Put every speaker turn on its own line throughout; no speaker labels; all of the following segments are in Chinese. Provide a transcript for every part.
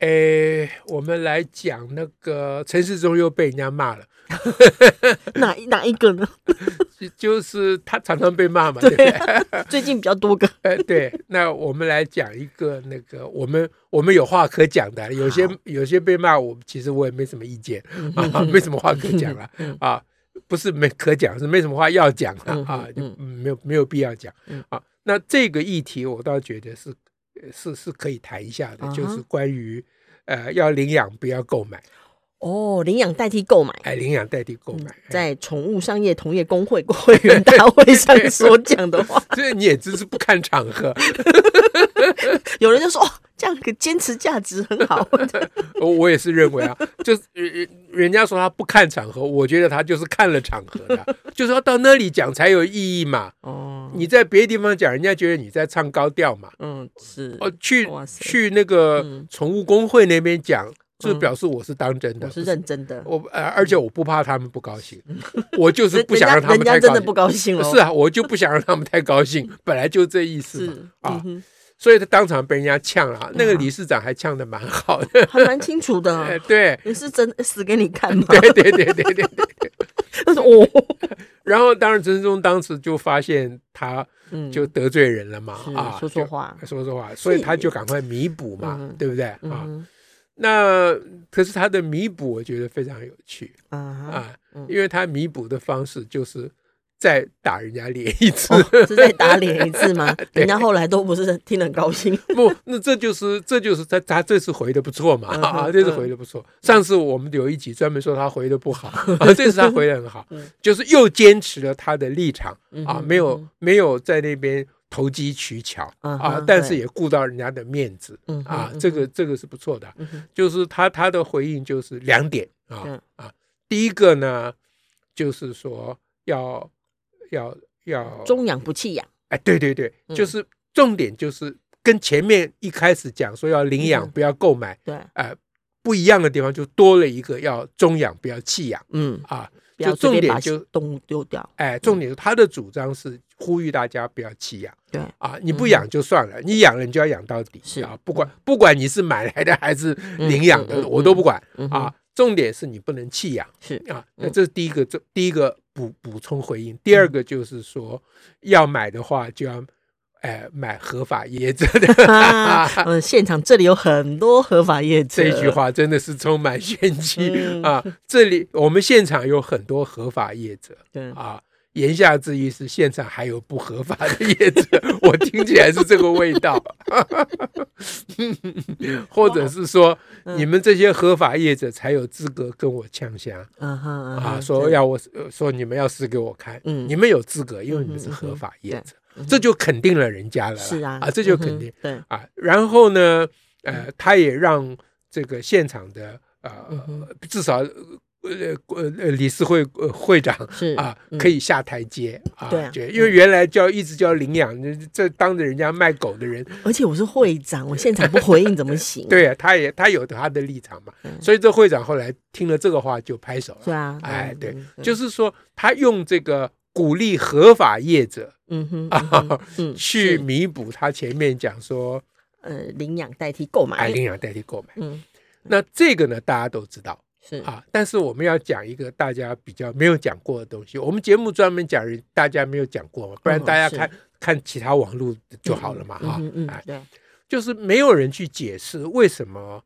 诶，我们来讲那个陈世忠又被人家骂了，
哪一哪一个呢？
就就是他常常被骂嘛，对不对？
最近比较多个。
呃，对，那我们来讲一个那个，我们我们有话可讲的，有些有些被骂我，其实我也没什么意见啊，没什么话可讲了啊，不是没可讲，是没什么话要讲了啊，就没有没有必要讲啊。那这个议题我倒觉得是呃是是可以谈一下的，就是关于呃要领养不要购买，
哦，领养代替购买，
哎，领养代替购买，哎
嗯在宠物商业同业工 会会员大会上所讲的话，
这你也真是不看场合。
有人就说哦，这样个坚持价值很 好。
我我也是认为啊，就是人人家说他不看场合，我觉得他就是看了场合的啊，就是要到那里讲才有意义嘛。
哦，
你在别的地方讲，人家觉得你在唱高调嘛。
嗯，是，
哦，去
哇塞
去那个
嗯
宠物工会那边讲，就
嗯
表示我是当真的，
我是
不
认真的。
我呃，而且我不怕他们不高兴，我就是不
人
想
家
让他们
人家
太
真
高
的不
兴。
高兴了。嗯
是啊，我就不想让他们太高兴，本来就这意思嘛
是
啊，
嗯
所以他当场被人家呛了啊。那个理事长还呛的蛮好
哼
的，
还蛮清楚的。
哎 对
你是真死给你看 吗？
对对对对对对。
他说 哦，
然后当然陈世忠当时就发现他
嗯
就得罪人了嘛，啊
是，说错话
就，说错话，所以他就赶快弥补嘛
嗯，
对不对
嗯
啊？
哼
那可是他的弥补，我觉得非常有趣
啊
啊
嗯，
因为他弥补的方式就是再打人家脸一次
哈，，哦是在打脸一次吗？人家后来都不是听得很高兴。
不，那这就是这就是他他这次回的不错嘛，
嗯
啊，
嗯
这次回的不错。上次我们有一集专门说他回的不 好，啊，这次他回的很好
嗯，
就是又坚持了他的立场
嗯
啊，
哼
没有
嗯
没有在那边投机取巧
嗯
啊
哼，
但是
对
也顾到人家的面子
嗯哼
啊
嗯，
这个这个是不错的
嗯哼，
就是他他的回应就是两点啊
嗯
啊，第一个呢就是说要要要
中养不弃养，
哎，对对对，
嗯
就是重点就是跟前面一开始讲说要领养
嗯
不要购买，
对，
呃，不一样的地方就多了一个要中养不要弃养
嗯，
啊，
不要
就
随
重
便
点
把
就
动物丢掉，
哎，重点是他的主张是呼吁大家不要弃养。
对
啊，你不养就算了，你养了你就要养到底
嗯是
啊，不管不管你是买来的还是领养
嗯嗯
的，
嗯
我都不管
嗯哼
啊。重点是你不能弃养。
是
啊，那这是第一个，这第一个补补充回应。第
嗯
二个就是说，要买的话就要，哎、买合法椰子
啊
的。
嗯，现场这里有很多合法业者。
这句话真的是充满玄机、
嗯
啊！这里我们现场有很多合法业者
对，
啊，言下之意是现场还有不合法的业者，我听起来是这个味道，或者是说、
嗯
你们这些合法业者才有资格跟我呛虾。
嗯哼嗯
啊，
哼
说
对
要我呃说你们要撕给我看，
嗯
你们有资格，因为
嗯
你们是
嗯
合法业
对嗯
者，这就肯定了人家了啦，
是啊，
啊，这就
嗯哼
肯定
对，
啊。然后呢，呃，他也让这个现场的
嗯
呃
哼，
至少呃呃呃理事会呃会长
是
啊
嗯
可以下台阶啊，
对啊
就因为
嗯
原来叫一直叫领养，这这当着人家卖狗的人，
而且我是会长，我现场不回应怎么行？，
对啊，他也他有他的立场嘛，
嗯
所以这会长后来听了这个话就拍手了
是。啊，
哎
嗯
对，
嗯
就是说他用这个鼓励合法业者
嗯哼，
啊
嗯哼 嗯
去
是
弥补他前面讲说
呃领养代替购
哎
买，
领养代替购买，
嗯，
那这个呢大家都知道
是
啊，但是我们要讲一个大家比较没有讲过的东西，我们节目专门讲人大家没有讲过嘛，不然
嗯
大家
是
看看其他网络就好了嘛
嗯
哈
哼嗯，
哎，
对，
就是没有人去解释为什么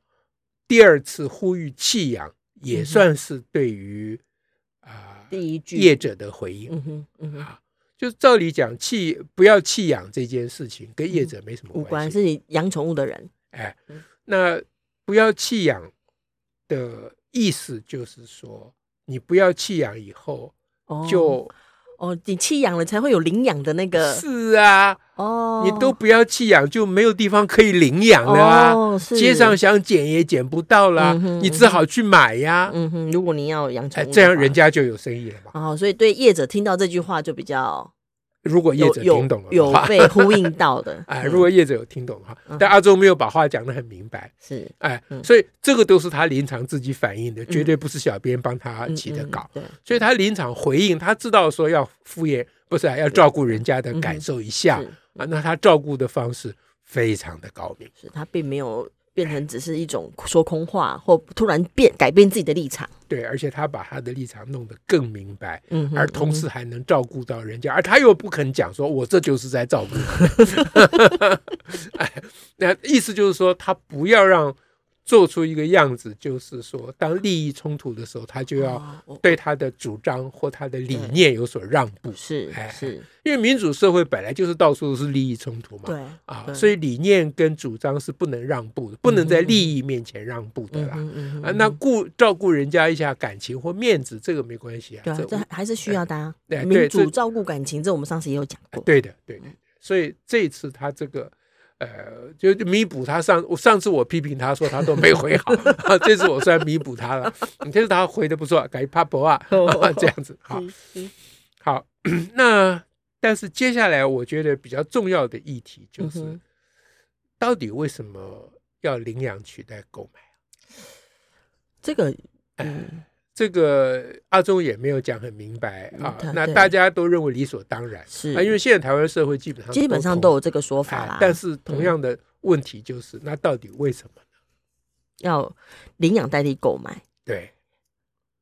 第二次呼吁弃养
嗯
也
哼
算是对于啊
第一句，
业者啊的回应。
嗯哼嗯哼，
就是照理讲，弃不要弃养这件事情跟业者没什么
嗯无
关
关
系。
是你养宠物的人，
哎，
嗯
那不要弃养的意思就是说，你不要弃养以后
哦
就
哦，你弃养了才会有领养的那个
是啊，
哦，
你都不要弃养，就没有地方可以领养了啊。
哦是
街上想捡也捡不到啦，
嗯哼
你只好去买呀、
嗯哼，如果你要养宠
哎
物的话，
这样人家就有生意了嘛。
哦，所以对业者听到这句话就比较
如果业
有
者
有
听懂了
有
的话，
被呼应到的
哎，
嗯
如果业者有听懂的话，
嗯
但阿周没有把话讲得很明白，
是
哎，
嗯
所以这个都是他临场自己反应的，绝对不是小编帮他
嗯
起的
嗯
稿。
对，
所以他临场回应，他知道说要敷衍，不是、啊、要照顾人家的感受一下、
嗯哼
啊。那他照顾的方式非常的高明，
是他并没有变成只是一种说空话或突然变改变自己的立场，
对，而且他把他的立场弄得更明白，
嗯哼，
而同时还能照顾到人家，而他又不肯讲说我这就是在照顾 你。哎，那意思就是说，他不要让做出一个样子，就是说，当利益冲突的时候，他就要
哦我
对他的主张或他的理念有所让步，
是
哎
是，
因为民主社会本来就是到处都是利益冲突嘛。
对
啊，所
以
以理念跟主张是不能让步的，不能在利益面前让步的啦。
嗯嗯哼
啊，那顾照顾人家一下感情或面子，这个没关系啊。
对啊，这
我
还是需要的啊。
对
民
对
主
这哎
照顾感情，这我们上次也有讲过。
对的，对的。
嗯
所以这次他这个。呃，就就弥补他上我上次我批评他说他都没回 好，啊这次我算弥补他了。这次他回的不错，改帕 博啊， 这样子好。
哦是
好， 那但是接下来我觉得比较重要的议题就
嗯
是，
哼
到底为什么要领养取代购买？
这个，嗯，
这个阿忠也没有讲很明白啊
嗯他。
那
对
大家都认为理所当然
是
啊，因为现在台湾社会基本上
基本上都有这个说
同
法
哎
啦。嗯
但是同样的问题就是，那到底为什么？
要领养代替购买，
对，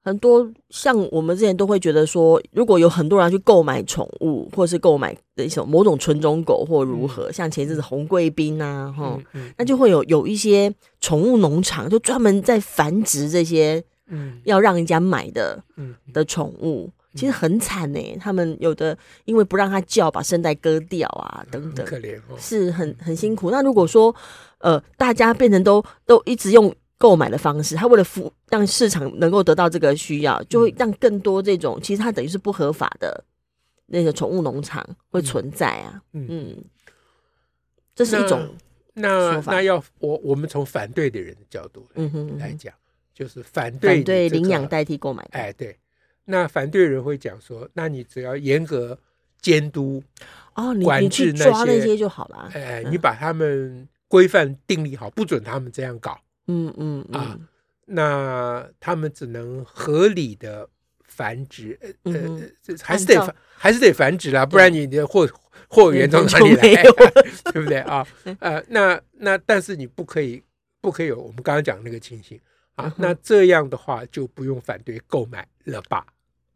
很多像我们之前都会觉得说，如果有很多人要去购买宠物，或是购买的一种某种纯种狗或如何，像前一阵子红贵宾啊，哈、
嗯嗯
那就会有有一些宠物农场，就专门在繁殖这些
嗯
要让人家买的
嗯
的宠物，其实很惨呢、他们有的因为不让它叫，把声带割掉啊，等
很
等，
可怜哦。
是很很辛苦。那如果说呃，大家变成都都一直用购买的方式，它为了服让市场能够得到这个需要，就
嗯
会让更多这种其实它等于是不合法的那个宠物农场会存在啊。
嗯
嗯，这是一种
那
说法
那要我我们从反对的人的角度
嗯哼嗯
来
哼
讲，就是反对
反
你
对
这
领
个
养代替购买。
哎，对，那反对人会讲说，那你只要严格监督，
哦，你
哎管
你去
制那
抓那
些
些就好啦。
哎，
嗯
你把他们规范定立好，不准他们这样搞，
嗯嗯
啊
嗯，
那他们只能合理的繁殖，呃
嗯
呃
哼，
这还是得
按照
繁，还是得繁殖啦，不然你的货货源从哪
就
里
没
来
有，
对不对啊？呃，那那但是你不可以不可以有我们刚刚讲的那个情形
嗯
啊，那这样的话就不用反对购买了吧？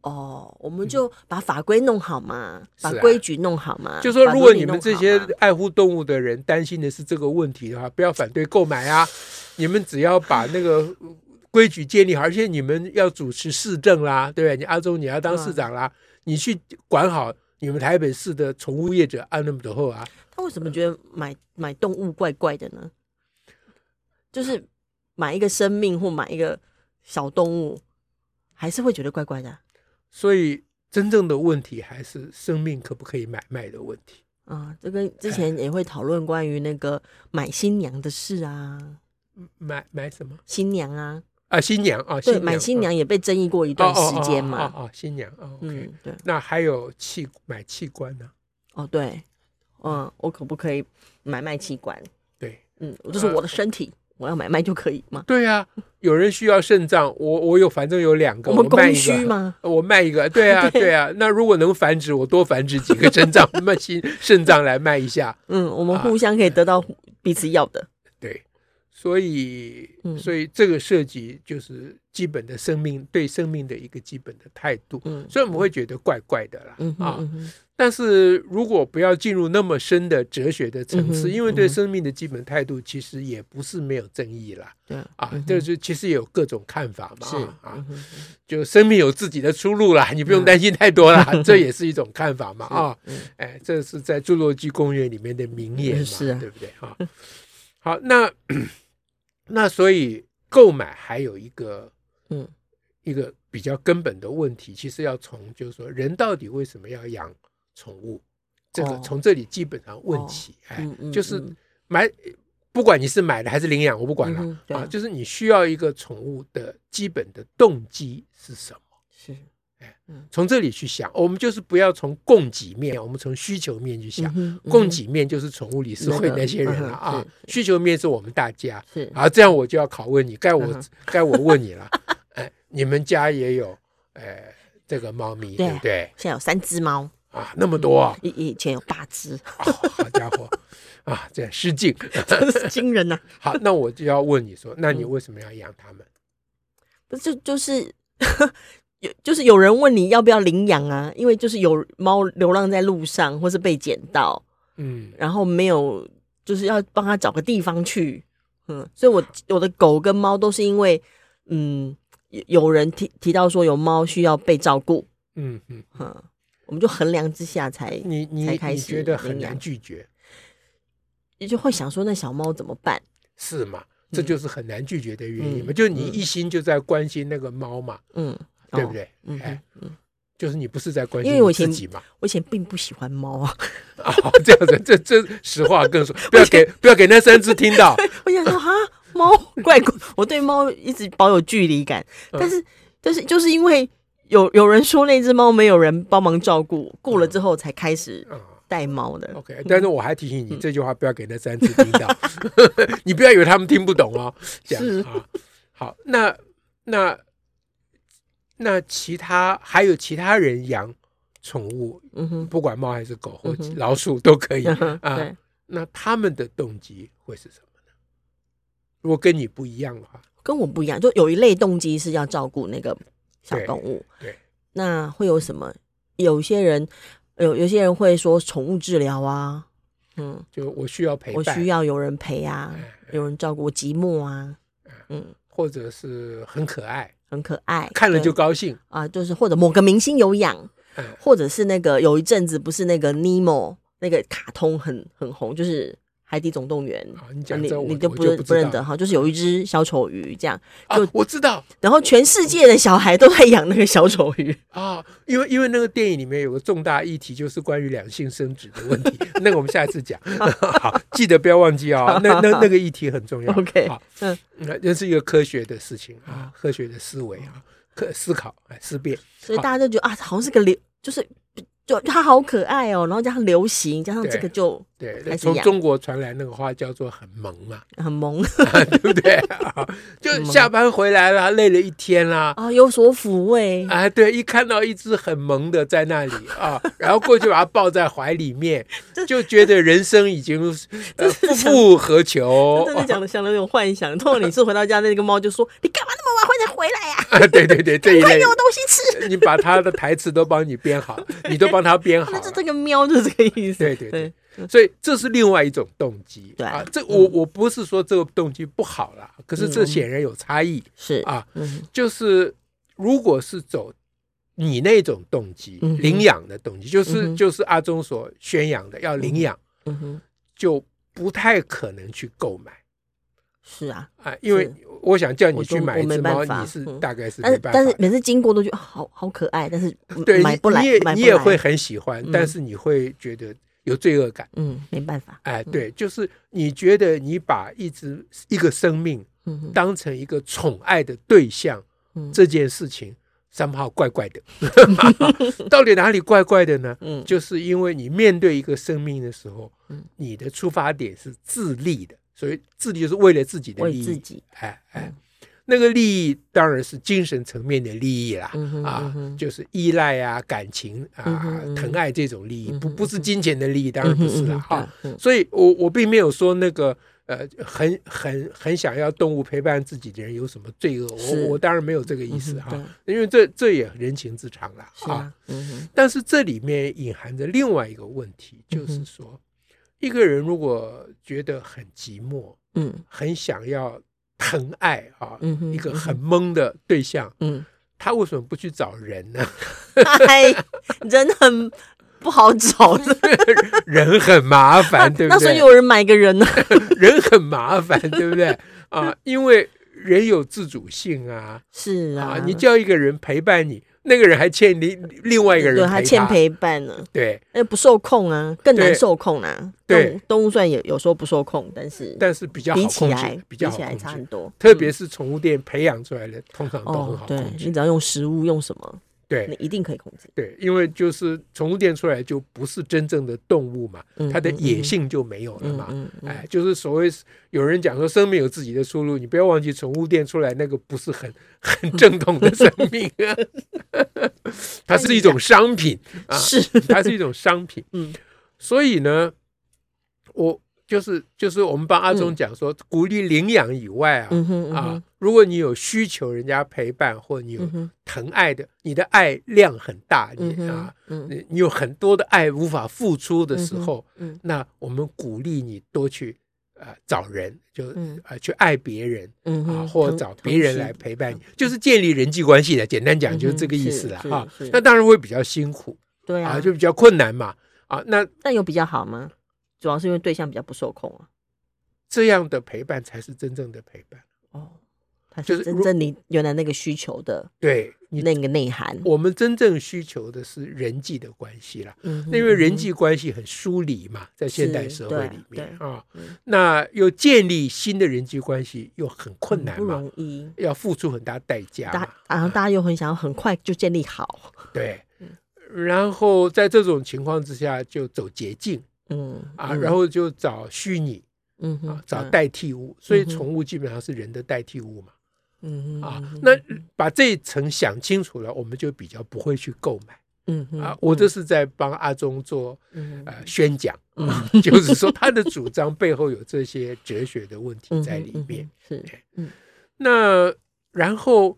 哦，我们就把法规弄好嘛，
嗯是
把
啊
规矩弄好嘛。
就说
把
如
伦
果
理
你们
弄
这
好
些
嘛
爱护动物的人担心的是这个问题的话，不要反对购买啊，你们只要把那个呃规矩建立好，而且你们要主持市政啦，对不对？你阿忠你要当市长啦，你去管好你们台北市的宠物业者按那么多后啊，
他为什么觉得买买动物怪怪的呢？就是买一个生命或买一个小动物，还是会觉得怪怪的啊
所以真正的问题还是生命可不可以买卖的问题。
啊。这跟之前也会讨论关于那个买新娘的事啊，
买买什么
新娘啊，
啊？新娘啊，
对，
娘
买新娘也被争议过一
一段
段时间
啊，哦
嘛。
哦哦新娘啊，OK，
嗯，对，
那还有器买器官呢？
哦对，嗯，我可不可以买卖器官？
对。啊
嗯，这是我的身体，我要买卖就可以吗？
对呀、有人需要肾脏，我我有，反正有两个，
我
我
们
卖
供
一
需
个，
吗？
我卖一个，对啊，对啊。那如果能繁殖，我多繁殖几个肾脏，卖心肾脏来卖一下，
嗯，我
啊
们互相可以得到彼此要的。
对。所以
嗯，
所以这个涉及就是基本的生命对生命的一个基本的态度，
嗯
所以我们会觉得怪怪的啦
嗯哼
啊
嗯。哼
但是如果不要进入那么深的哲学的层
嗯
次，
哼
因为对
嗯哼
生命的基本态度其实也不是没有争议啦
对
啊
嗯，
这就其实也有各种看法嘛
是
啊。
嗯哼
就生命有自己的出路啦，你不用担心太 多啦，这也是一种看法嘛啊，
嗯
哎，这是在《侏罗纪公园》里面的名言嘛，
嗯是啊
对不对啊？ 好，那那所以购买还有一个
嗯
一个比较根本的问题，其实要从就是说人到底为什么要养宠物，这个
哦
从这里基本上问
哦
起，
嗯
哎，
嗯
就是
嗯
买，不管你是买的还是领养，我不管了、
嗯哼对
啊，就是你需要一个宠物的基本的动机是什么。
是，
从这里去想，哦我们就是不要从供给面，我们从需求面去想。
嗯哼
供给面就是宠物理事会
那个
那些人了
嗯哼
啊，
是
需求面是我们大家。
是
啊，这样我就要拷问你，该我、
嗯哼
该我问你了。 哎，你们家也有呃这个猫咪，
对
对不对？
现在有三只猫，
啊，那么多啊，
以以前有八只，
啊好家伙啊，这失敬。
真是惊人呐、
好，那我就要问你说，那
嗯
你为什么要养它们？
不是就就是。有就是有人问你要不要领养啊，因为就是有猫流浪在路上，或是被捡到，
嗯，
然后没有，就是要帮他找个地方去。嗯，所以我我的狗跟猫都是因为，嗯，有有人提提到说有猫需要被照顾，
嗯嗯，
嗯，我们就衡量之下才
你你
才开
你
始
觉得很
领养
难拒绝
也就会想说那小猫怎么办？
是吗？这就是很难拒绝的原因嘛，
嗯
就是你一心就在关心那个猫嘛，
嗯，
对不
哦？
对？
嗯
哎
嗯，嗯，
就是你不是在关
因
心
为我
你
以前
自己嘛？
我以前并不喜欢猫啊，
啊，这样子，这这实话更说，不要给不要给那三只 听到。
我想说哈，猫怪怪，我对猫一直保有距离感，
嗯
但是但是就是因为有有人说那只猫没有人帮忙照顾，顾了之后才开始
啊
带猫的。
OK，但是我还提
嗯
醒你，这句话不要给那三只听 到， 你不要以为他们听不懂哦。这
是
样啊，好，那那那其他还有其他人养宠物，
嗯哼，
不管猫还是狗或
嗯哼
老鼠都可以
嗯哼
啊。
对，
那他们的动机会是什么呢？如果跟你不一样的话，
跟我不一样，就有一类动机是要照顾那个小动物。
对对
那会有什么？有些人有有些人会说宠物治疗啊，嗯，
就我需要陪
我
伴，嗯
需要有人陪啊，有人照顾，我寂寞啊，嗯，
或者是很可爱，
很可爱，
看了
对
就高兴。
啊，就是或者某个明星有养
嗯，
或者是那个有一阵子不是那个 Nemo 那个卡通很很红，就是《海底总动员》
啊，你
啊
讲
你
这我
你
我
都
就
不认
知
不认
道
得哈，就是有一只小丑鱼这样，
啊
就，
我知道
然后全世界的小孩都在养那个小丑鱼，
啊，因为因为那个电影里面有个重大议题，就是关于两性生殖的问题，那个我们下一次 讲，好，记得不要忘记哦，那那那个议题很重要
OK，
好，
嗯
嗯，那是一个科学的事情啊，科学的思维啊，科思考哎思辨，
所以大家都觉得啊，好像是个流，就是就它好可爱哦，然后加上流行，加上这个
对
就开
对，
始
从
养
中国传来那个话叫做很萌嘛，
很萌
对不对？啊，
嗯
就下班回来啦，累了一天啦。
啊，有所抚慰，
啊，对，一看到一只很萌的在那里啊， 然后过去把它抱在怀里面，就觉得人生 已经呃不复何求。
真的讲的像那种幻想。通常你是回到家那个猫就说：“你干嘛那么晚回才回来呀、
啊，对对对，这一
快
类
给，我东西吃。”
你把它的台词都帮你编 好，你都帮它编好
那这
了。
这个喵就是这个意思。
对对对，所以这是另外一种动机
对嗯
啊。这我我不是说这个动机不好啦，可是这显然有差异
是，
啊。
嗯
就是如果是走你那种动机，
嗯哼
领养的动机，就
嗯
是、
哼
就是阿忠所宣扬的要领养，
嗯哼，
就不太可能去购买
是啊。
啊，因为我想叫你
我
去
就
买一
我没
只猫，
办法
你是
嗯
大概是
但
没
是
办法
但是
的。
每次经过都觉得啊好好可爱，但是嗯
对，
买不来
你也，
买不
你也
来
会，很喜欢
嗯，
但是你会觉得有罪恶感。
嗯，没办法，
哎，对，就是你觉得你把一只一个生命
嗯哼
当成一个宠爱的对象，
嗯
这件事情三号怪怪的， 到底哪里怪怪的呢？
嗯
就是因为你面对一个生命的时候
嗯，
你的出发点是自利的，所以自利就是为了自己的
为
利
自
益，
己，嗯
哎哎，那个利益当然是精神层面的利益啦，
嗯哼嗯
啊
哼，
就是依赖啊、感情
嗯
啊
哼嗯哼、
疼爱这种利益，
嗯哼
不不
嗯
是
哼
金钱的利益，当然不是了哈。
嗯哼，嗯哼
所以我我并没有说那个呃，很很很想要动物陪伴自己的人有什么罪恶，我
是
我当然没有这个
对
意思
嗯
哈，
哼
因为这这也人情之常啦
对是啊，嗯哼，
但是这里面隐含着另外一个问题，就
嗯
是
哼
说，一个人如果觉得很寂寞，
嗯
很想要疼爱啊，
嗯哼，
一个
嗯
很
哼
懵的对象，
嗯，
他为什么不去找人呢？
嗨，人哎很不好找的，
人很麻 烦，对不对？
那所以有人买个人呢，
人很麻烦，对不对？啊，因为人有自主性啊
是啊，
你叫一个人陪伴你，那个人还欠你另外一个人
对
陪
他欠陪伴呢，
对，
那不受控啊，更难
对
受控啊。
对
动物，动物虽然有有时候不受控，但是
但是比较好
比起
控
来
制，比
比
较好
起来
控
差很
制。
多，
特别
嗯
是宠物店培养出来的，通常都很
哦
好，
对
控
你
制。
只要用食物用什么，你
对
一定可以控制。
对，因为就是宠物店出来就不是真正的动物嘛，
嗯
它的野，性就没有了
嗯
嘛。
嗯嗯嗯嗯，
哎，就是所谓有人讲说生命有自己的出路，你不要忘记宠物店出来那个不是很 很正统的生命，啊 它是一种 商品啊，
嗯是
它是一种商品。
嗯，
所以呢，我就是就是我们帮阿忠
嗯
讲说，鼓励领养以外啊、
嗯哼嗯
啊
哼，
如果你有需求人家陪伴或你有
嗯哼
疼爱的，你的爱量很大，
嗯
你
哼
啊，
嗯
你你有很多的爱无法付出的时
嗯哼
候。
嗯
那我们鼓励你多去呃找人，就
嗯
呃去爱别人
嗯
啊，
哼，
或
疼
找别
疼
人
惜
来陪伴你，就是建立人际关系的。简单
嗯
讲
哼
就是这个意思了
是
哈
是是。
那当然会比较辛苦
对
啊，
啊，
就比较困难嘛啊。那
但有比较好吗？主要是因为对象比较不受控啊。
这样的陪伴才是真正的陪伴。
哦，它
就是是
真
如
正你原来那个需求的
对你，
那个内涵。
我们真正需求的是人际的关系啦。
嗯嗯哼
因为人
嗯哼
际关系很疏离嘛，在现代
是
社
对
会里面
对
啊
嗯，
那又建立新的人际关系又很困
很
难
不
嘛，
容易。
要付出很大代价嘛。
大，然后大家又很想要很快就建立好，
对，
嗯
然后在这种情况之下就走捷径
嗯
啊，
嗯
然后就找虚拟
嗯哼
啊，找
嗯
代替物，所以
嗯哼
宠物基本上是人的代替物嘛
嗯哼
啊
嗯哼，
那把这一层想清楚了，我们就比较不会去购买
嗯哼
啊。我这是在帮阿忠做
嗯
呃宣讲，啊 就是说他的主张背后有这些哲学的问题
嗯
在
哼
里
嗯
面
哼。是
那然后，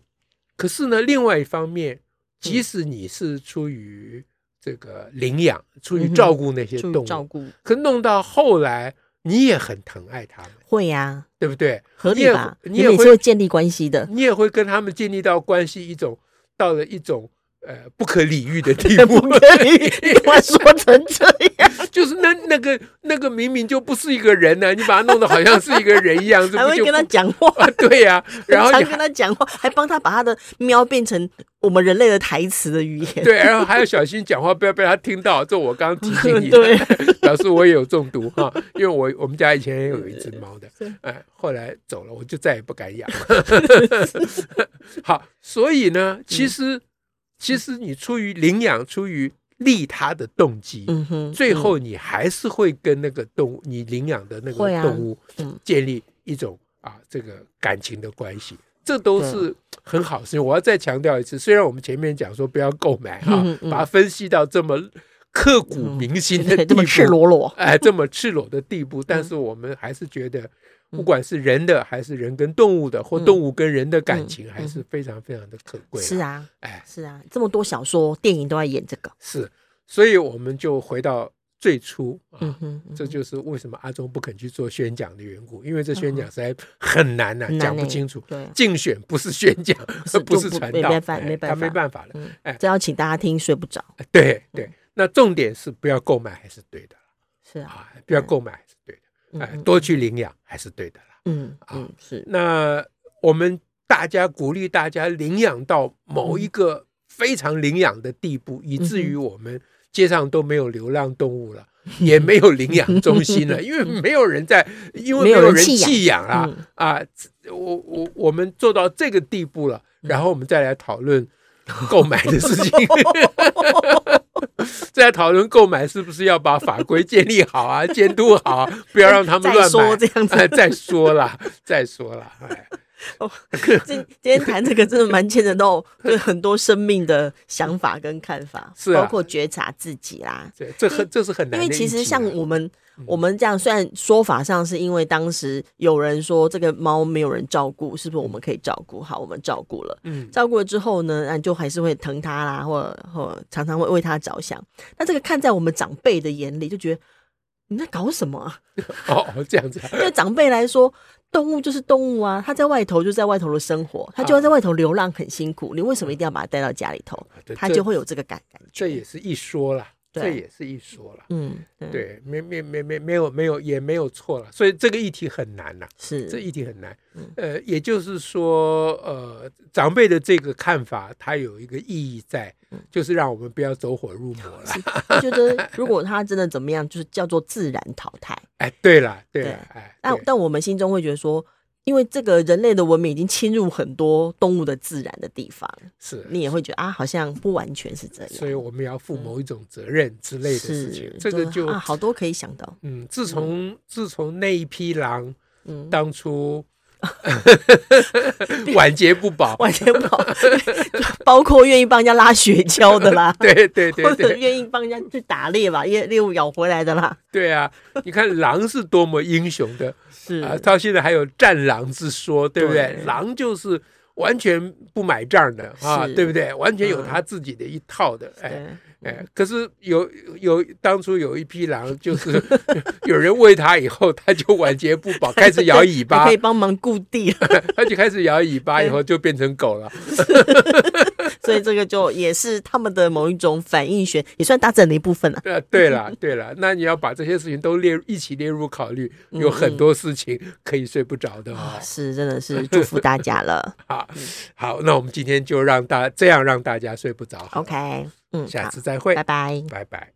可是呢，另外一方面，
嗯
即使你是出于这个领养，出
嗯
于照顾那些
注
动
意
物，
照顾，
可弄到后来，你也很疼爱它们，
会呀，
对不对？
合
你
理
也
吧？
你
你
也
每次
会
会建立关系的，
你也会跟它们建立到关系，一种到了一种呃不可理喻的地
不
步，
可以，你 把它说成这样，
就是那那个那个明明就不是一个人啊呢、你把它弄得好像是一个 人一样，这
还
不
会
就
跟他
不
讲话，
啊？对呀、然 后
很
你
常跟他讲话，还帮他把他的喵变成我们人类的台词的语言。
对，然后还要小心讲话，不要被他听到。这我刚刚提醒你的，
对
表示我也有中毒哈、因为我我们家以前也有一只猫的
是，
哎，后来走了，我就再也不敢养。 好，所以呢，
嗯
其实、其实你出于领养，出于利他的动机，
嗯哼，
最后你还是会跟那个动物，你领养的那
会
个
啊
动物
嗯
建立一种啊这个感情的关系，这都是很好的事情。我要再强调一次，虽然我们前面讲说不要购买哈
嗯嗯，嗯
把它分析到这么刻骨铭心的
对
地
这
步
么，赤裸嗯裸，
哎，这么赤裸的地步，但是我们还是觉得。不管是人的，还是人跟动物的，或
嗯
动物跟人的感情，
嗯
还是非常非常的可贵。
是，啊，
哎，
是啊，这么多小说、电影都在演这个。
是，所以我们就回到最初啊，
嗯哼，嗯
这就是为什么阿忠不肯去做宣讲的缘故，因为这宣讲实在很难呐、
很难
讲不
欸
清楚。
对啊，
竞选不是宣讲，
是
呃不
就是不
传
没
道，
办法
哎
没办
他没
法
办法了。
嗯
哎，
这要请大家听，睡不着。
哎 对
嗯
对，那重点是不要购买还是对的
是啊，
啊，不要
嗯
购买还是对的，
嗯
哎，
嗯
多去领养还是对的啦。
嗯
啊
嗯 是，
那我们大家鼓励大家领养到某一个非常领养的地步，以至于我们街上都没有流浪动物了。
嗯
也没有领养中 心了，因为没有人在，因为
没
没
有
有
人
人
弃养
弃养啦
嗯
啊！这我我我们做到这个地步了，
嗯
然后我们再来讨论购买的事情， 再来讨论购买是不是要把法规建立好啊，监督好啊，不要让他们
再
乱买
说。这样子，
哎， 再说啦，再说啦，哎，
今今天谈这个真的蛮牵扯到对很多生命的想法跟看法，
是啊
包括觉察自己啦。
这这很这是很难
因为
的议题啊。嗯
其实像我们，我们这样虽然说法上是因为当时有人说这个猫没有人照顾，是不是我们可以照顾？好，我们照顾了。
嗯，
照顾了之后呢，那你就还是会疼它啦，或或常常会为它着想。那这个看在我们长辈的眼里，就觉得你在搞什么、啊？
哦哦这样子啊，
对长辈来说，动物就是动物啊，它在外头就在外头的生活，它就要在外头流浪很辛苦，你为什么一定要把它带到家里头？
对
它
这
就会有这个感感
这
觉。
也是一说啦，这
对
也是一说了。
嗯，对，
对，没没没没没有没有也没有错了，所以这个议题很难呐、
是
这议题很难
嗯。
呃，也就是说，呃，长辈的这个看法，它有一个意义在
嗯，
就是让我们不要走火入魔了。
我觉得如果他真的怎么样，就是叫做自然淘汰。
哎，对了，对
对
了，哎，
但
对
但我们心中会觉得说，因为这个人类的文明已经侵入很多动物的自然的地方，
是，
你也会觉得啊，好像不完全是这样。
所以我们要负某一种责任之类的事情
嗯是，，
这个就
啊，好多可以想到。
嗯，自从自从那一批狼
嗯，
当初晚节不保，，
完全不好，包括愿意帮人家拉雪橇的啦
对对 对
或者
对
愿意帮人家去打猎吧，猎猎物咬回来的啦，
对啊！你看狼是多么英雄的
是
啊！到现在还有战狼之说，对不对？
对
狼就是完全不买账的啊，
是
对不对？完全有
嗯
他自己的一套的，哎。
对，
哎，可是有有当初有一批狼，就是 有人喂它以后，它就晚节不 保，开始摇尾
还
巴
可以，帮忙固地，
它就开始摇尾巴，以后就变成狗了。
所以这个就也是他们的某一种反应学，也算大自然的一部分啊。
呃，对了，对了，那你要把这些事情都列入一起列入考虑，有很多事情可以睡不着的
啊
哦。
是，真的是祝福大家了。
啊，好，那我 们今天就让大这样让大家睡不着好了。
OK，嗯，
下
好
次再会，
拜拜。
拜拜。